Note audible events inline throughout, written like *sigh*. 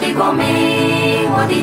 的光明，我的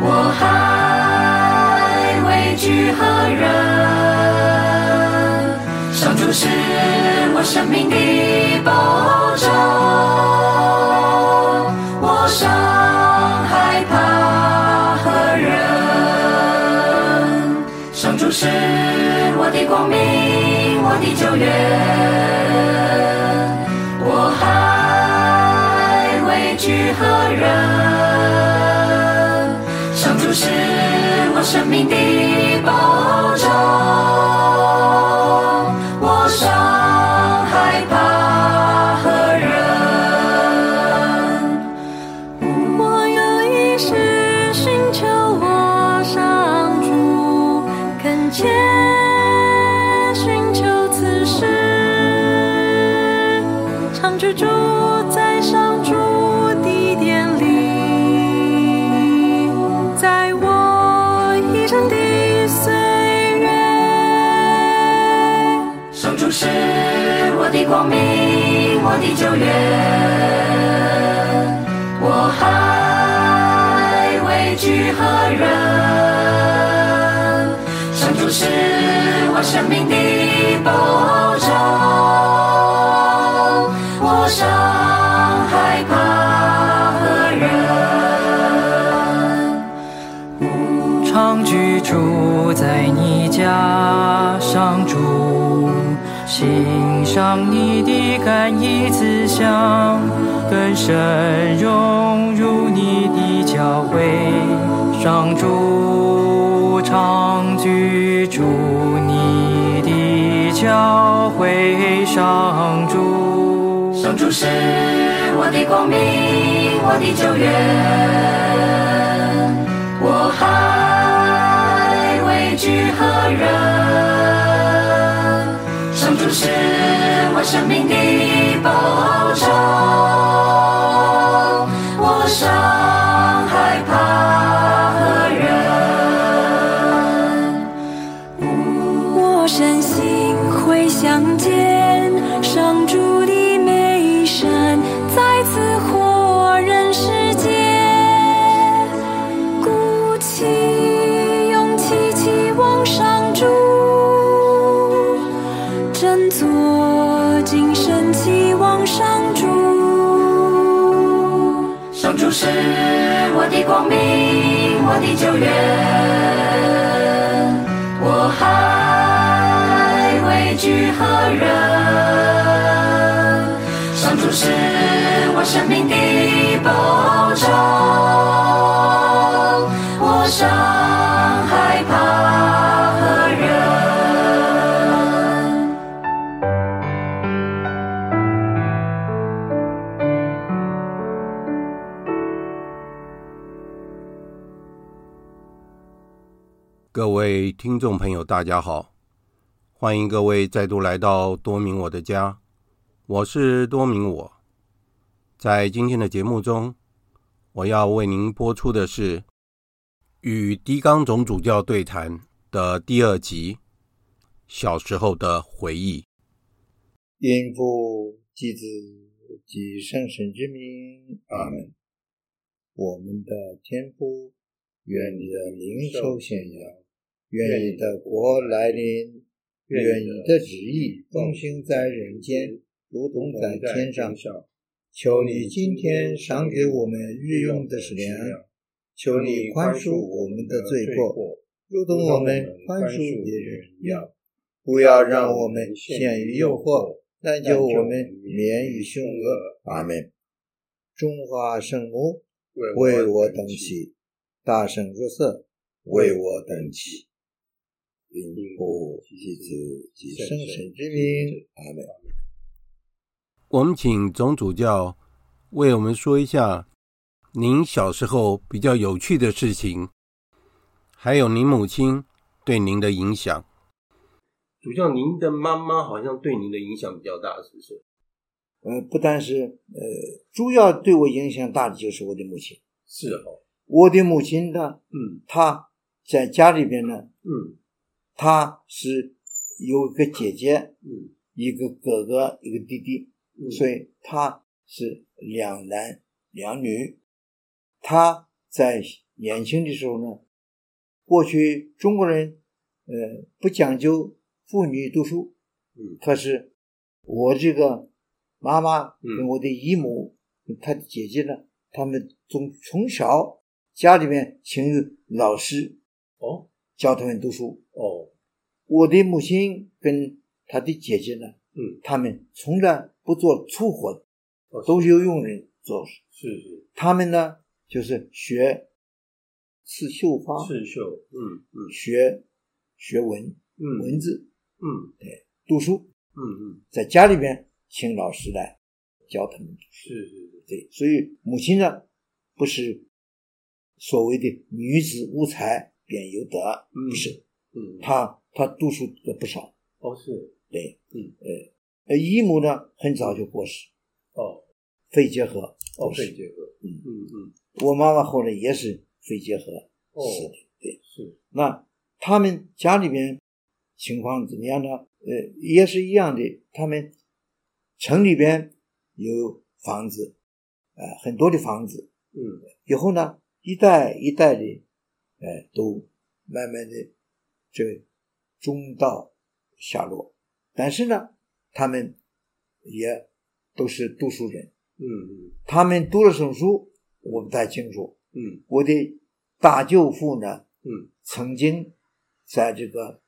我还畏惧何人？上主是我生命的保障，我尚害怕何人？上主是我的光明，我的救援。我还畏惧何人？上主是我生命的保障，我尚害怕何人？我有意识寻求我上主，恳切寻求此事，常居住在上主的殿里，在我一生的岁月。上主是我的光明，我的救援，我还畏惧何人？上主是我生命的保障，我尚害怕何人？常居住在你家上住，欣赏你的感意慈祥，更深融入你的教诲。上主常居住你的教诲，上主。上主是我的光明，我的救援，我还畏惧何人？上主是我生命的保障，我尚害怕何人？我身心会相见，上主的美善再次活人世间。鼓起勇气，期望上主，振作精神，期望上主。上主是我的光明，我的救援，我还畏惧何人？上主是我生命的保障，我尚害怕何人？各位听众朋友，大家好，欢迎各位再度来到多明我的家，我是多明我。在今天的节目中，我要为您播出的是与狄刚总主教对谈的第二集《小时候的回忆》。因父及子及圣神之名，阿门。我们的天父，愿你的灵受显扬，愿你的国来临，愿你的旨意奉行在人间，如同在天上。求你今天赏给我们日用的食粮，求你宽恕我们的罪过，如同我们宽恕别人一样。不要让我们陷于诱惑，但求我们免于凶恶。阿门。中华圣母，为我等起；大圣若瑟，为我等起。因父及子及圣神之名，阿门。我们请总主教为我们说一下您小时候比较有趣的事情，还有您母亲对您的影响。主教，您的妈妈好像对您的影响比较大，是不是？呃，不单是呃，主要对我影响大的就是我的母亲。是哦，我的母亲呢，嗯她在家里边呢，嗯她是有一个姐姐，嗯一个哥哥，一个弟弟，嗯所以她是呃两男两女。他在年轻的时候呢，过去中国人呃不讲究妇女读书，嗯可是我这个妈妈嗯跟我的姨母、她的姐姐呢，她们从从小家里面请老师哦教他们读书。哦，我的母亲跟她的姐姐呢，嗯，他们从来不做粗活哦，都由佣人做。是是他们呢，就是学刺绣花，刺绣，嗯嗯学学文嗯文字、嗯读书，嗯嗯，在家里面请老师来教他们。是是是，对，所以母亲呢，不是所谓的女子无才便有德，嗯不是，嗯，她她读书的不少。哦是，对，嗯呃，姨母呢，很早就过世，哦肺结核哦过肺世。结核，嗯嗯嗯，我妈妈后来也是肺结核哦死的。对，是，那他们家里面情况怎么样呢？呃，也是一样的。他们城里边有房子，呃，很多的房子。嗯以后呢，一代一代的，呃，都慢慢的这中道下落。但是呢，他们也都是读书人，嗯嗯他们读了什么书，我不太清楚。嗯我的大舅父呢，嗯，曾经在这个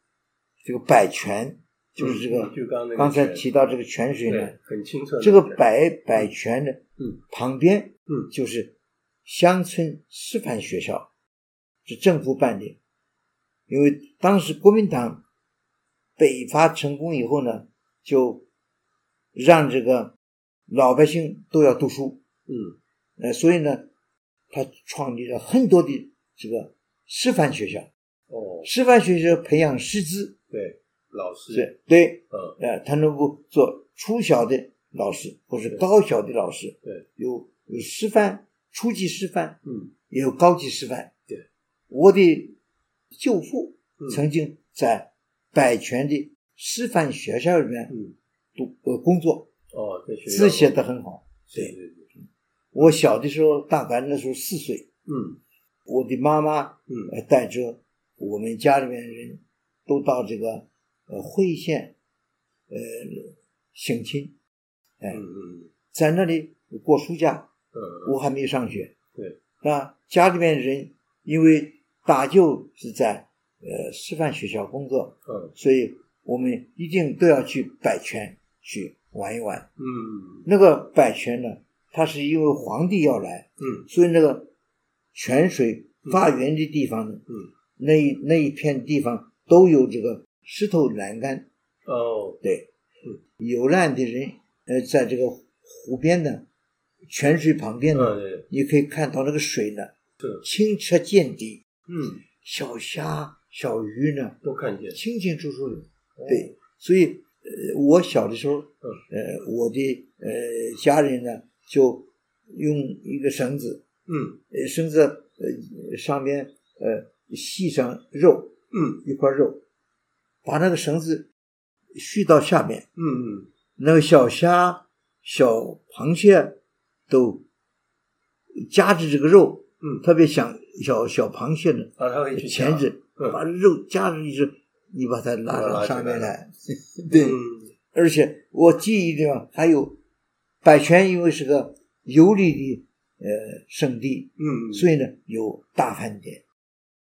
这个百泉，就是这个、嗯就刚那个刚才泉提到这个泉水呢对，，很清澈的泉，这个百百泉的嗯旁边，嗯就是乡村师范学校，是政府办的。因为当时国民党北伐成功以后呢，就让这个老百姓都要读书，嗯呃，所以呢，他创立了很多的这个师范学校，哦师范学校培养师资，对老师，是对，嗯呃，他能够做初小的老师或是高小的老师，对，有有师范、初级师范，嗯也有高级师范。对，我的舅父嗯曾经在百泉的师范学校里面嗯读呃工作，哦在学校字写得很好。是是是，我小的时候，大概那时候四岁，嗯我的妈妈嗯呃，带着我们家里面人都到这个呃会县呃省亲，哎、嗯嗯在那里过暑假，嗯我还没有上学。对，那家里面人因为大舅是在呃师范学校工作，嗯所以我们一定都要去百泉去玩一玩。嗯那个百泉呢，它是因为皇帝要来，嗯所以那个泉水发源的地方呢，嗯那一那一片地方都有这个石头栏杆，哦对嗯，游览的人呃，在这个湖边呢，泉水旁边呢，嗯对你可以看到那个水呢是清澈见底，嗯小虾小鱼呢都看见清清楚楚的，哦对，所以呃，我小的时候，嗯呃，我的呃家人呢就用一个绳子，嗯呃，绳子呃上面呃系上肉，嗯一块肉，把那个绳子续到下面，嗯嗯那个小虾、小螃蟹都夹着这个肉，嗯特别像小小螃蟹呢，啊他会去钳子嗯把肉夹着一只，你把它拉到拉起来上面了 *laughs* 来，对。嗯而且我记忆的还有，百泉因为是个游历的呃圣地，嗯所以呢有大饭店，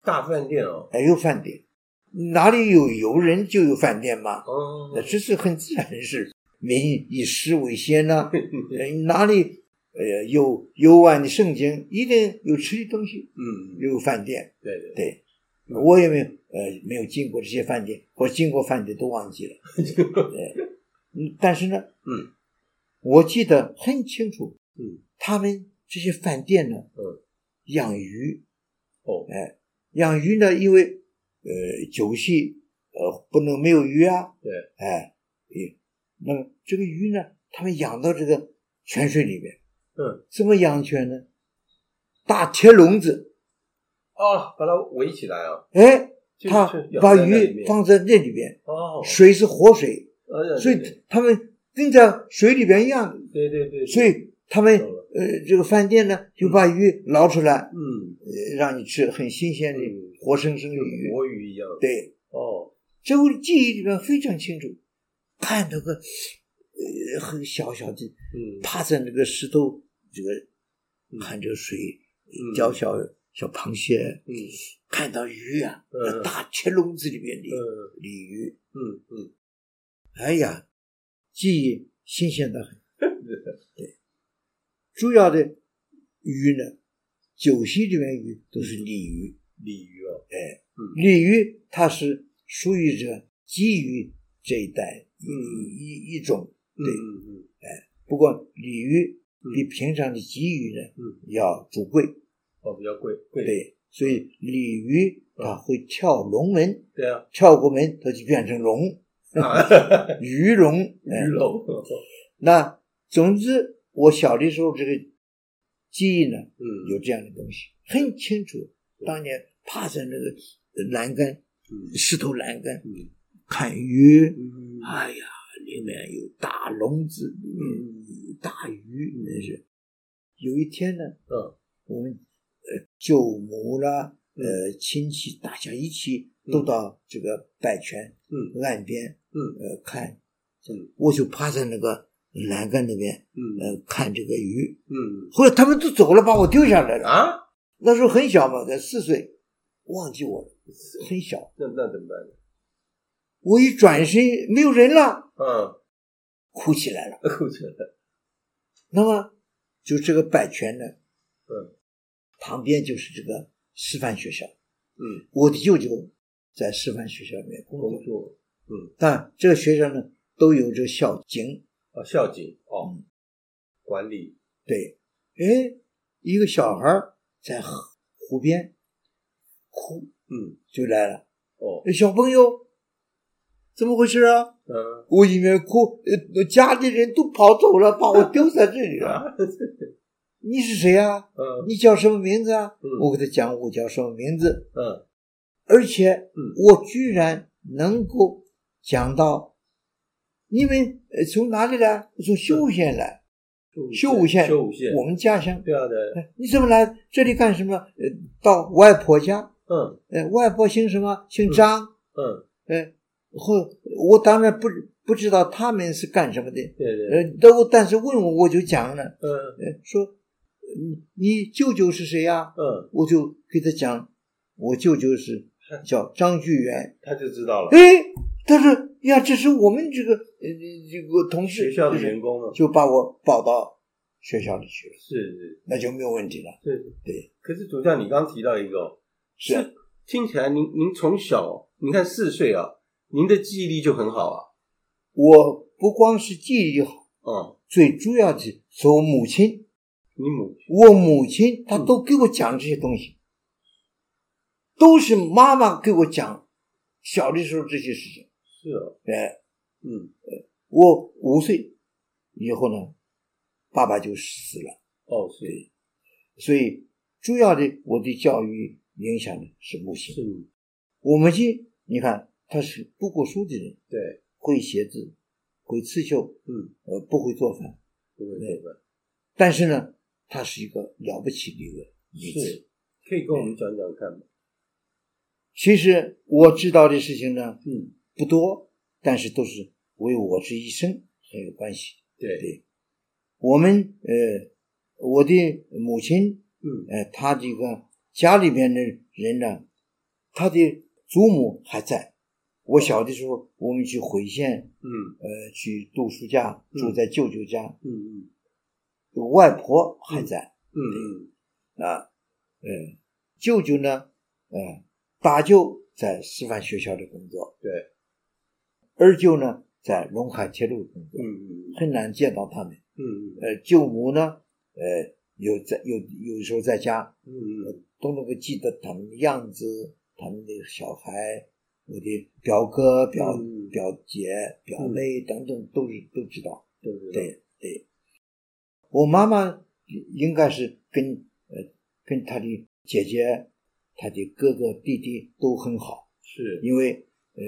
大饭店哦还有饭店，哪里有游人就有饭店嘛，哦那这是很自然的事。民以食为先呐、呃哪里呃有游玩的圣经，一定有吃的东西，嗯有饭店。对对对，我也没有呃没有进过这些饭店，我进过饭店都忘 *laughs* 记了。对，嗯但是呢，嗯我记得很清楚，嗯他们这些饭店呢，嗯养鱼，哦哎，养鱼呢，因为呃酒席呃不能没有鱼啊，对哎，也那么这个鱼呢，他们养到这个泉水里面，嗯怎么养泉呢？大铁笼子，哦把它围起来啊哎，就他是养把在那里鱼面放在那里边，哦水是活水，哎呀所对以他们跟在水里边一样，对对对对所以他们懂了呃，这个饭店呢就把鱼捞出来，嗯，呃让你吃很新鲜的嗯活生生的就鱼。活鱼一样。，对，哦，这我记忆里面非常清楚，看到个呃很小小的嗯，趴在那个石头这个看着水，钓小小螃蟹，嗯看到鱼啊，嗯那大铁笼子里面的嗯鲤鱼，嗯嗯，哎呀，记忆新鲜的很。主要的鱼呢，酒席里面鱼都是鲤鱼，鲤鱼啊，鲤鱼它是属于这鲫鱼这一带一一一种，嗯对。嗯不过鲤鱼嗯比平常的鲫鱼呢，嗯，要主贵，哦，比较贵，贵，对，所以鲤鱼嗯它会跳龙门，对啊，跳过门它就变成龙，鱼龙，哎鱼笼，那总之，我小的时候这个记忆呢，嗯，有这样的东西，很清楚。当年趴在那个栏杆、嗯石头栏杆嗯看鱼，嗯哎呀，里面有大笼子，里面有大鱼，那是。有一天呢，嗯我们呃舅母啦，呃亲戚大家一起都到这个百泉嗯岸边，嗯呃看嗯，我就趴在那个栏杆那边，嗯呃看这个鱼。嗯后来他们都走了，把我丢下来了。啊，那时候很小嘛，才四岁，忘记我了，很小。那那怎么办呢？我一转身，没有人了，嗯，哭起来了。 *laughs* 我觉得，那么，就这个百泉呢，嗯旁边就是这个师范学校。嗯，我的舅舅在师范学校里面工作，工作但这个学校呢都有这个校警。啊，校警哦，管理，对，哎，一个小孩儿在河湖边哭，嗯，就来了。哦，哎小朋友，怎么回事啊？嗯我一面哭，呃，家里人都跑走了，把我丢在这里 *laughs* 了。啊，你是谁啊？嗯你叫什么名字啊嗯？我给他讲我叫什么名字，嗯而且嗯我居然能够讲到，你们呃从哪里来？我从修武县来，修武县，修武县，我们家乡。对啊对，哎你怎么来这里干什么？呃，到外婆家，嗯呃，外婆姓什么？姓张。嗯，呃，后我当然不不知道他们是干什么的。对对，呃，但我但是问我我就讲了，嗯呃，说你你舅舅是谁呀、嗯，我就给他讲，我舅舅 *laughs* 是叫张巨源。他就知道了，哎，他说呀，这是我们这个呃这个同事学校的员工啊，就把我报到学校里去了，是是。那就没有问题了。对对。可是主教，你刚提到一个哦，是啊，听起来您您从小，你看四岁啊，您的记忆力就很好啊。我不光是记忆好，哦，最主要的是我母亲，你母我母亲嗯她都给我讲这些东西，都是妈妈给我讲小的时候这些事情。是哦，哎，呃嗯，我五岁以后呢，爸爸就死了，哦，是所以主要的我的教育影响的是母是亲。，我母亲，你看她是不过书的人，对，会写字，会刺绣，嗯，呃，不会做饭，对对对，但是呢，她是一个了不起的一个女子是。，可以跟我们讲讲看吗？其实我知道的事情呢嗯，不多，但是都是为我这一生很有关系。对，对，我们呃，我的母亲嗯呃，他这个家里边的人呢，他的祖母还在。我小的时候，我们去回县，嗯呃，去读书家，嗯住在舅舅家，嗯嗯外婆还在嗯嗯，啊，嗯，舅舅呢，呃，大舅在师范学校里工作，对，二舅呢在陇海铁路工作，嗯嗯很难见到他们。嗯呃，舅母呢，呃，有在有有时候在家，嗯嗯都能够记得他们的样子，他们的小孩，我的表哥、表、嗯表姐、表妹等等，都是都知道。对对，对对，我妈妈应该是跟呃跟她的姐姐、她的哥哥、弟弟都很好，是，因为呃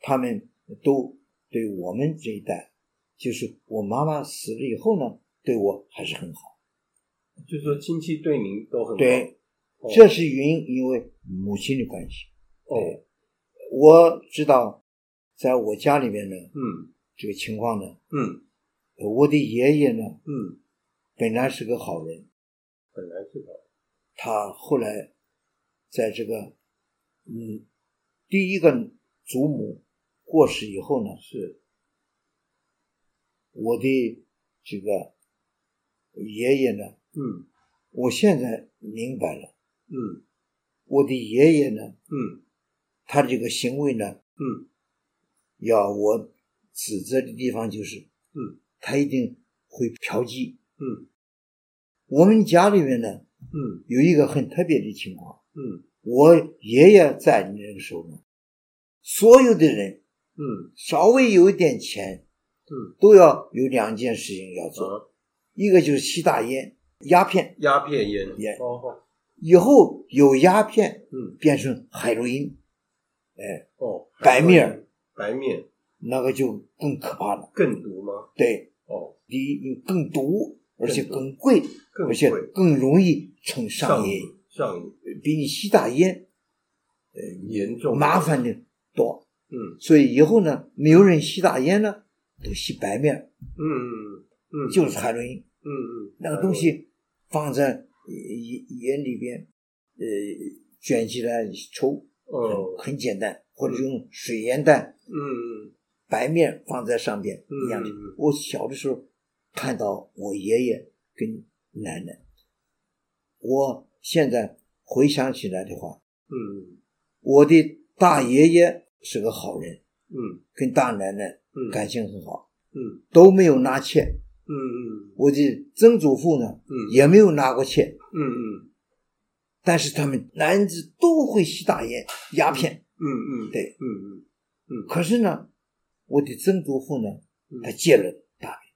他们都对我们这一代，就是我妈妈死了以后呢，对我还是很好。就是说亲戚对您都很好对，哦这是因因为母亲的关系。哦，我知道，在我家里面呢，嗯这个情况呢，嗯我的爷爷呢嗯，本来是个好人，本来是好，他后来在这个嗯第一个祖母过世以后呢，是我的这个爷爷呢，嗯我现在明白了，嗯我的爷爷呢，嗯他这个行为呢，嗯要我指责的地方就是，嗯，他一定会嫖妓。嗯我们家里面呢嗯有一个很特别的情况，嗯我爷爷在那个时候呢，所有的人嗯稍微有一点钱，嗯，都要有两件事情要做，啊，一个就是吸大烟、鸦片，鸦片烟烟哦哦以后有鸦片嗯变成海洛因，哎，哦，白面白面那个就更可怕了。更毒吗？对，哦，第一更毒，而且更更贵，更而且贵更容易成上上瘾，瘾上瘾比你吸大烟严重麻烦的多。嗯所以以后呢，没有人吸大烟了，都吸白面，嗯嗯嗯，就是海洛因嗯嗯那个东西，放在呃眼眼里边，呃，卷起来抽，哦很简单，或者用水烟弹嗯嗯白面放在上边嗯一样的嗯嗯。我小的时候看到我爷爷跟奶奶，我现在回想起来的话，嗯我的大爷爷是个好人，嗯跟大奶奶嗯感情很好，嗯都没有拿妾。嗯嗯我的曾祖父呢，嗯也没有拿过妾，嗯嗯但是他们男子都会吸大烟、鸦片。嗯嗯对嗯嗯可是呢，我的曾祖父呢，嗯他戒了大烟，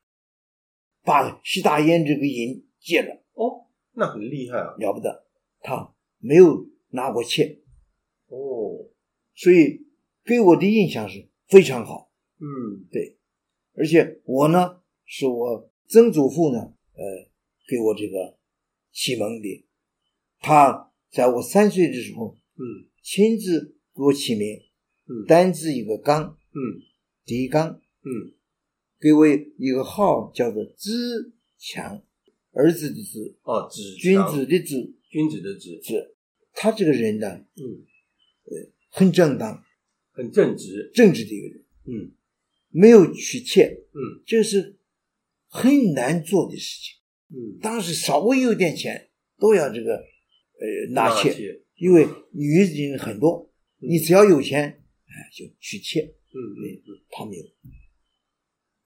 把吸大烟这个瘾戒了，哦，那很厉害啊了不得。他没有拿过妾，哦所以给我的印象是非常好。嗯而且我呢，是我曾祖父呢，呃，给我这个启蒙的。他在我三岁的时候，嗯亲自给我起名，嗯单字一个刚，嗯第一刚，嗯给我一个号叫做子强，儿子的子，哦，子君张子的子君子的子子。他这个人呢，嗯很正当、很正直正直的一个人，嗯没有娶妾，嗯这是很难做的事情。嗯当时稍微有点钱，都要这个呃拿纳妾，妾因为女人很多，嗯你只要有钱，哎，就娶妾。嗯嗯嗯他没有，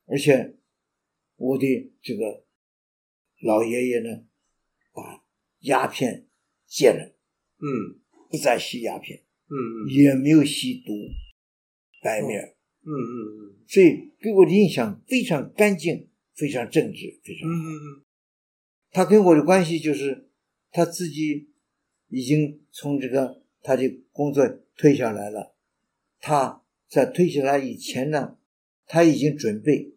而且我的这个老爷爷呢，把鸦片戒了，嗯不再吸鸦片，嗯也没有吸毒、白面儿，嗯嗯嗯所以给我的印象非常干净，非常正直，非常好。嗯他跟我的关系就是他自己已经从这个他的工作退下来了。他在退下来以前呢，他已经准备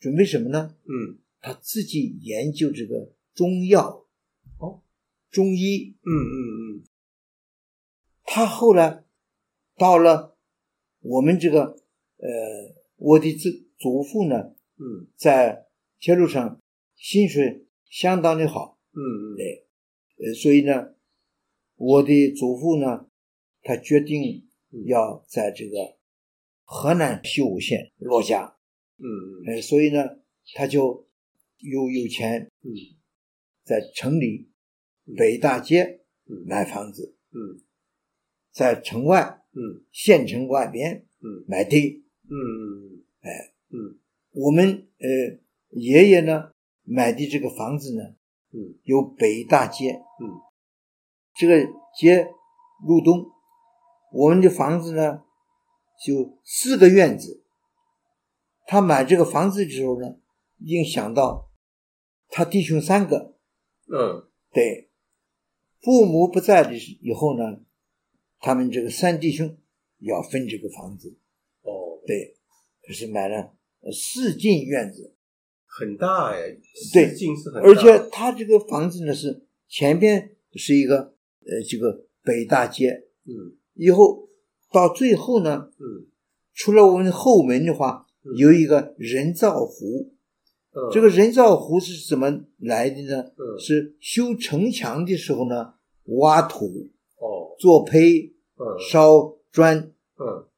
准备什么呢？嗯他自己研究这个中药，哦，中医。嗯嗯他后来到了我们这个呃，我的这祖父呢，嗯在铁路上薪水相当的好，嗯嗯呃，所以呢，我的祖父呢，他决定要在这个河南修武县落家，嗯呃，所以呢，他就又有钱，嗯，在城里北大街嗯买房子，嗯在城外嗯县城外边嗯买地。嗯嗯我们呃爷爷呢买的这个房子呢，嗯有北大街，嗯，这个街入东，我们的房子呢就四个院子。他买这个房子的时候呢，已经想到他弟兄三个，嗯对，父母不在的时以后呢，他们这个三弟兄要分这个房子，哦，对，可是买了呃四进院子，很大哎，对市径是很大，而且它这个房子呢是前边是一个呃这个北大街，嗯以后到最后呢，嗯除了我们后门的话，嗯有一个人造湖。嗯这个人造湖是怎么来的呢？嗯是修城墙的时候呢，挖土、哦做坯、嗯烧砖，嗯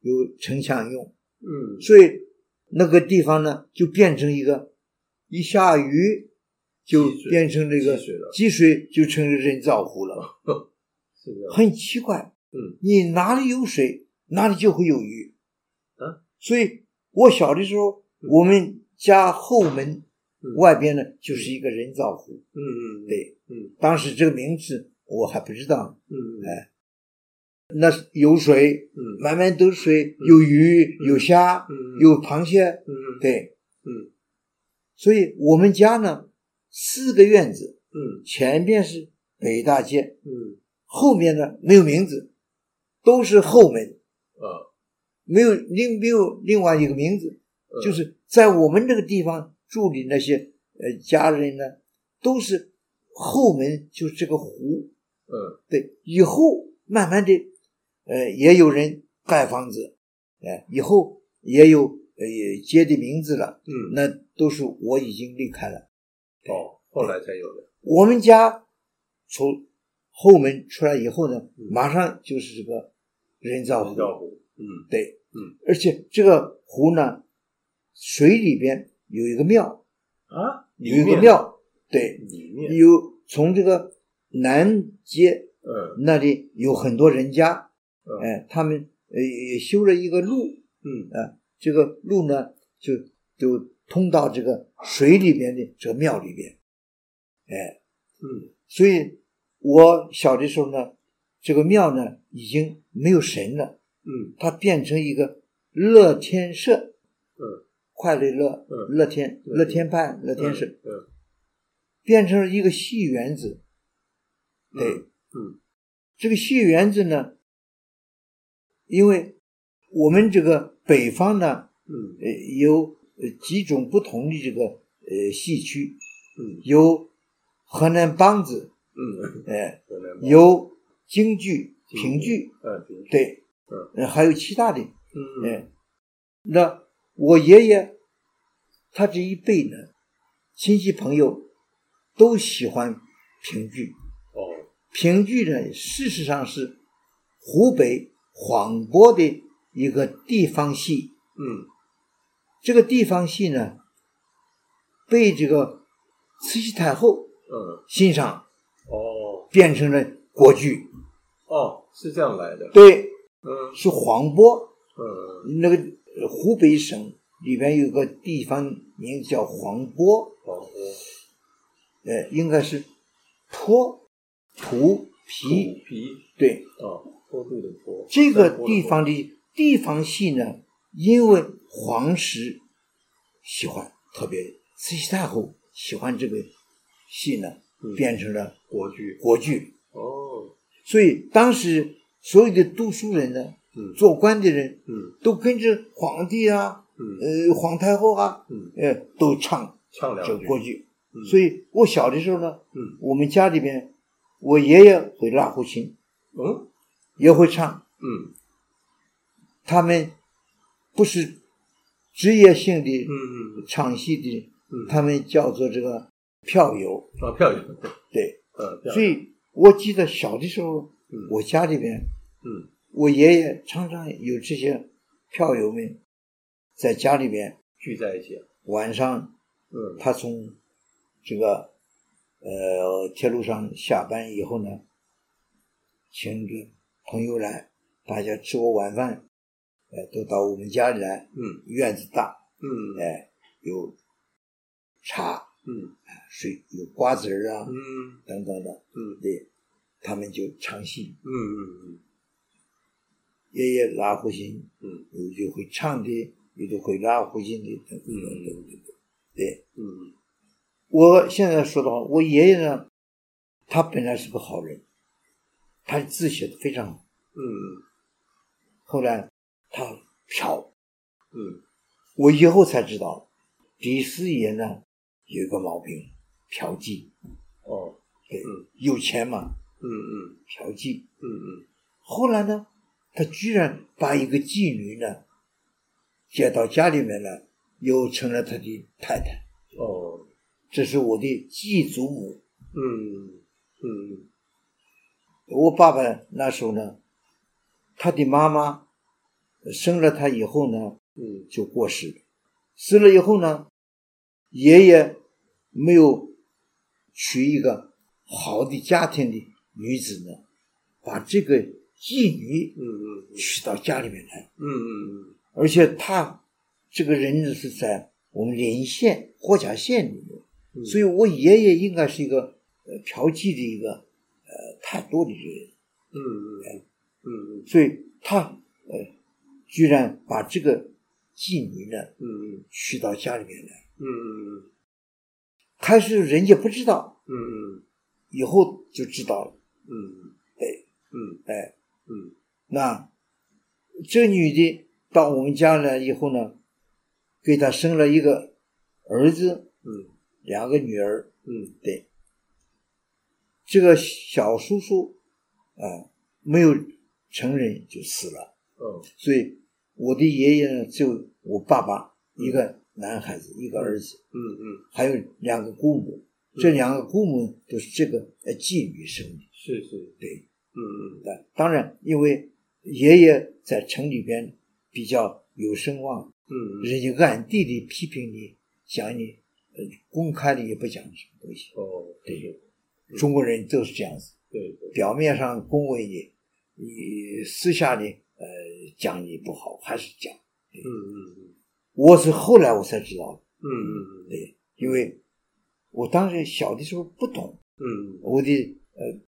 有城墙用。嗯所以那个地方呢，就变成一个一下雨就积水变成这个积水了积水，就成了人造湖了，是这样，很奇怪。嗯，你哪里有水，哪里就会有鱼。啊，所以我小的时候，我们家后门嗯外边呢就是一个人造湖。嗯嗯对，嗯当时这个名字我还不知道，嗯嗯哎那是有水，嗯满满都是水，有鱼，嗯有虾，嗯有螃蟹，嗯嗯对。嗯所以我们家呢，四个院子，嗯前边是北大街，嗯后面呢没有名字，都是后门，啊，没有另没有另外一个名字，嗯就是在我们这个地方住的那些呃家人呢，都是后门就是这个湖，嗯对，以后慢慢的，呃，也有人盖房子，哎、以后也有呃街的名字了，嗯那都是我已经离开了。哦，后来才有的，我们家从后门出来以后呢嗯，马上就是这个人造湖人，造湖，嗯对，嗯，而且这个湖呢，水里边有一个庙，啊，有一里个面，庙，对，里面，有从这个南街嗯那里有很多人家，嗯哎、他们呃也修了一个路，嗯这个路呢就就通到这个水里边的这个庙里边，哎嗯所以我小的时候呢，这个庙呢已经没有神了，嗯它变成一个乐天社，嗯，快乐乐，嗯乐天嗯乐天派乐天社，嗯变成了一个戏园子。对，嗯这个戏园子呢，因为我们这个北方呢，嗯呃，有呃几种不同的这个呃戏区，嗯有河南梆子，嗯，哎、原来嘛，有京剧、评剧，嗯平均，对，嗯呃，还有其他的，嗯嗯，那我爷爷他这一辈呢，亲戚朋友都喜欢评剧。哦评剧呢，事实上是湖北黄渤的一个地方戏。嗯这个地方戏呢，被这个慈禧太后嗯欣赏，哦变成了国剧。哦是这样来的，对，嗯是黄渤嗯那个呃湖北省里边有个地方名字叫黄波，好的呃，应该是坡土皮，虎皮对，啊坡度的坡，这山个坡的地坡方的地方戏呢，因为皇室喜欢，特别慈禧太后喜欢这个戏呢，嗯变成了国剧国剧，哦所以当时所有的读书人呢，嗯做官的人嗯都跟着皇帝啊，嗯呃，皇太后啊，嗯呃，都唱唱两这个句国剧。嗯所以我小的时候呢，嗯我们家里边，我爷爷会拉胡琴，嗯也会唱。嗯他们不是职业性的嗯嗯唱戏的，嗯他们叫做这个票友。啊漂亮对，嗯漂所亮以我记得小的时候，嗯我家里边，嗯我爷爷常常有这些票友们在家里边，聚在一起晚上嗯他从这个呃铁路上下班以后呢，请这朋友来，大家吃过晚饭，呃，都到我们家里来，嗯院子大，嗯哎，有茶、嗯水、有瓜子儿啊，嗯等等的，嗯对，他们就唱戏，嗯嗯爷爷拉胡琴，嗯有的会唱的，有的会拉胡琴的，等等等等嗯对嗯我现在说的话，我爷爷呢，他本来是个好人，他字写的非常好，嗯后来他嫖，嗯我以后才知道，鄙视也呢有一个毛病，嫖妓。哦，对，嗯有钱嘛，嗯嗯嫖妓。嗯嗯，后来呢，他居然把一个妓女呢接到家里面来，又成了他的太太。哦，这是我的继祖母。嗯嗯我爸爸那时候呢，他的妈妈生了他以后呢，嗯就过世了。死了以后呢，爷爷没有娶一个好的家庭的女子呢，把这个妓女嗯嗯娶到家里面来。嗯嗯而且他这个人呢是在我们临县霍家县里面，所以我爷爷应该是一个呃嫖妓的一个呃太多的人，嗯嗯嗯所以他呃居然把这个妓女呢嗯娶到家里面来，嗯开始人家不知道，嗯以后就知道了，嗯哎嗯哎，嗯那这女的到我们家来以后呢，给他生了一个儿子，嗯两个女儿，嗯对，这个小叔叔啊、没有成人就死了，哦所以我的爷爷呢，就我爸爸一个男孩子，一个儿子，嗯嗯还有两个姑母，这两个姑母都是这个呃妓女生的。是是对，嗯嗯那当然，因为爷爷在城里边比较有声望，嗯人家暗地里批评你，讲你，呃，公开的也不讲什么东西。哦对中国人都是这样子。对对表面上恭维你，你私下里呃讲你不好，还是讲。嗯嗯我是后来我才知道，嗯嗯嗯对，因为我当时小的时候不懂，嗯我的呃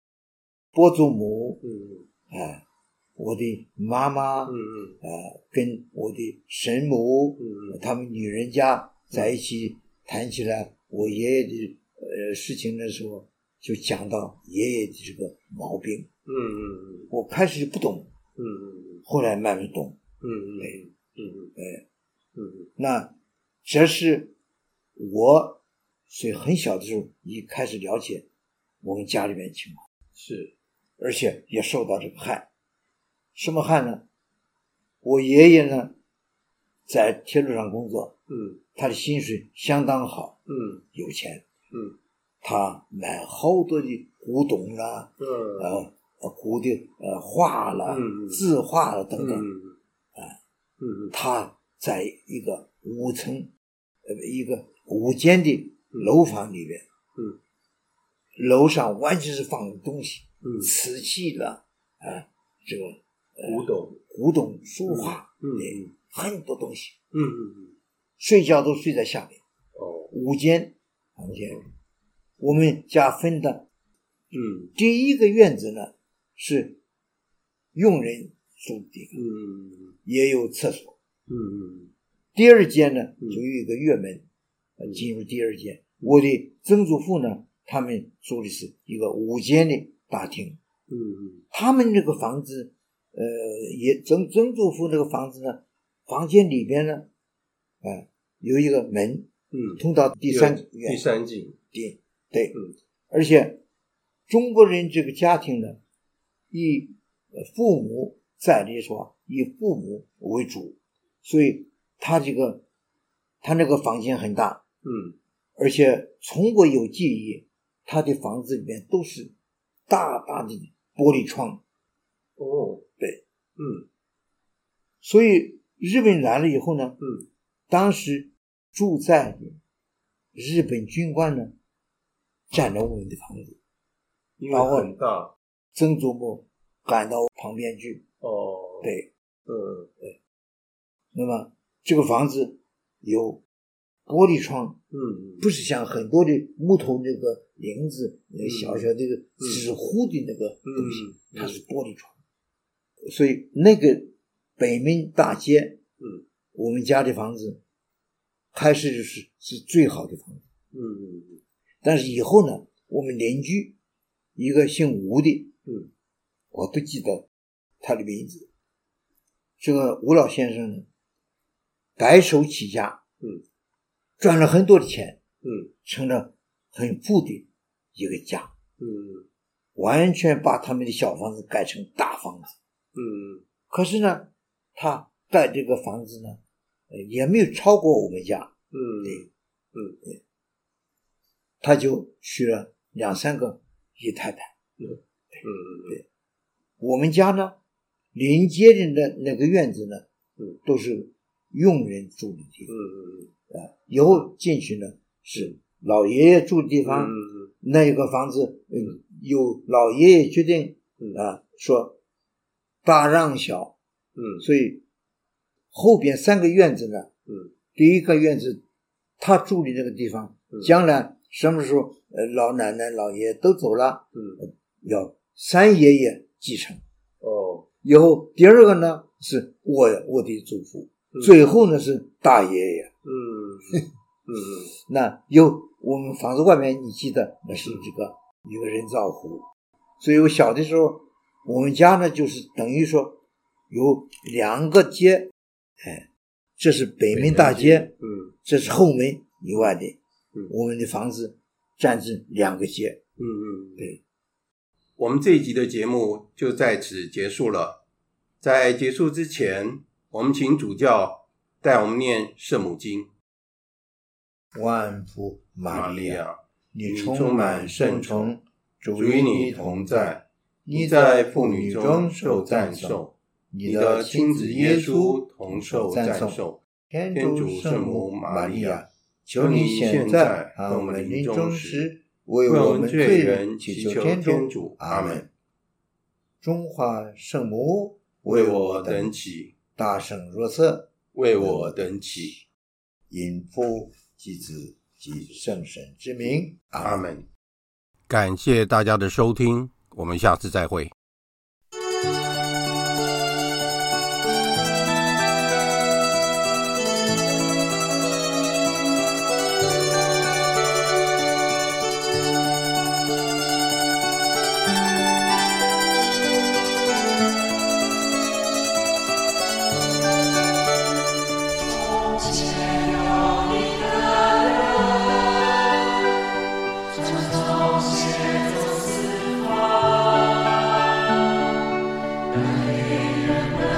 伯祖母嗯啊、我的妈妈啊、嗯跟我的神母，嗯他们女人家在一起谈起来我爷爷的呃事情的时候，就讲到爷爷的这个毛病，嗯嗯我开始不懂。嗯嗯后来慢慢懂。嗯嗯嗯哎，嗯那这是我所以很小的时候一开始了解我们家里面情况，是而且也受到这个害。什么害呢？我爷爷呢，在铁路上工作，嗯他的薪水相当好，嗯有钱。嗯他买好多的古董啦，嗯呃，古的呃画啦、嗯嗯字画啦等等。嗯嗯他在一个五层，呃，一个五间的楼房里边，嗯，楼上完全是放东西，嗯瓷器了，啊，这个古董古董书画，嗯嗯对嗯很多东西，嗯嗯睡觉都睡在下面，哦五间房间，我们家分的嗯第一个院子呢是佣人住的，嗯也有厕所，嗯第二间呢，嗯就有一个月门，呃进入第二间。我的曾祖父呢，他们住的是一个五间的大厅。嗯他们那个房子，呃，也曾曾祖父那个房子呢，房间里边呢，啊、有一个门嗯通到第三第院三季对对，嗯而且中国人这个家庭呢，以呃父母在的时候啊，以父母为主，所以他这个他那个房间很大，嗯而且从我有记忆，他的房子里面都是大大的玻璃窗，哦对，嗯所以日本来了以后呢，嗯当时住在日本军官呢，占了我们的房子。因为很大曾祖母赶到旁边去。哦对，嗯那么这个房子有玻璃窗，嗯不是像很多的木头那个棂子、那个小小的纸糊的那个东西，嗯它是玻璃窗。所以那个北门大街，嗯，我们家的房子开始就是是最好的房子，嗯但是以后呢，我们邻居一个姓吴的，嗯我都记得他的名字。这个吴老先生呢，白手起家，嗯，赚了很多的钱，嗯成了很富的一个家，嗯完全把他们的小房子改成大房子。嗯可是呢，他盖这个房子呢，呃也没有超过我们家，嗯他就娶了两三个姨太太。嗯我们家呢，临街的那那个院子呢，嗯都是佣人住的地方。嗯以后进去呢是老爷爷住的地方，嗯那有个房子，嗯，由老爷爷决定嗯啊，说大让小，嗯所以后边三个院子呢，嗯第一个院子他住的那个地方，嗯将来什么时候呃老奶奶老爷爷都走了，嗯要三爷爷继承。哦以后第二个呢是我我的祖父，嗯最后呢是大爷爷。嗯嗯那有我们房子外面，你记得那是这个一个人造湖。所以我小的时候，我们家呢就是等于说有两个街，哎，这是北门大街，嗯这是后门以外的嗯，我们的房子占着两个街。嗯嗯对，我们这一集的节目就在此结束了。在结束之前，我们请主教带我们念圣母经。万福玛利亚，，你充满圣宠，主主与与你你同同在在，，你你在在妇妇女女中中受受赞赞颂颂，，你你的的亲亲子子耶耶稣稣同同受受赞赞颂颂。天天主主圣圣母母玛玛利利亚亚，求你现在和和我我们们临临终终时时，为我我们们罪罪人人祈祈求求天天主主。阿阿门门。中华圣母为我我等起，大圣若瑟，为我等起。因父及子及圣神之名，阿。门。感谢大家的收听，我们下次再会。从前有一个人，常常行走四方，每人们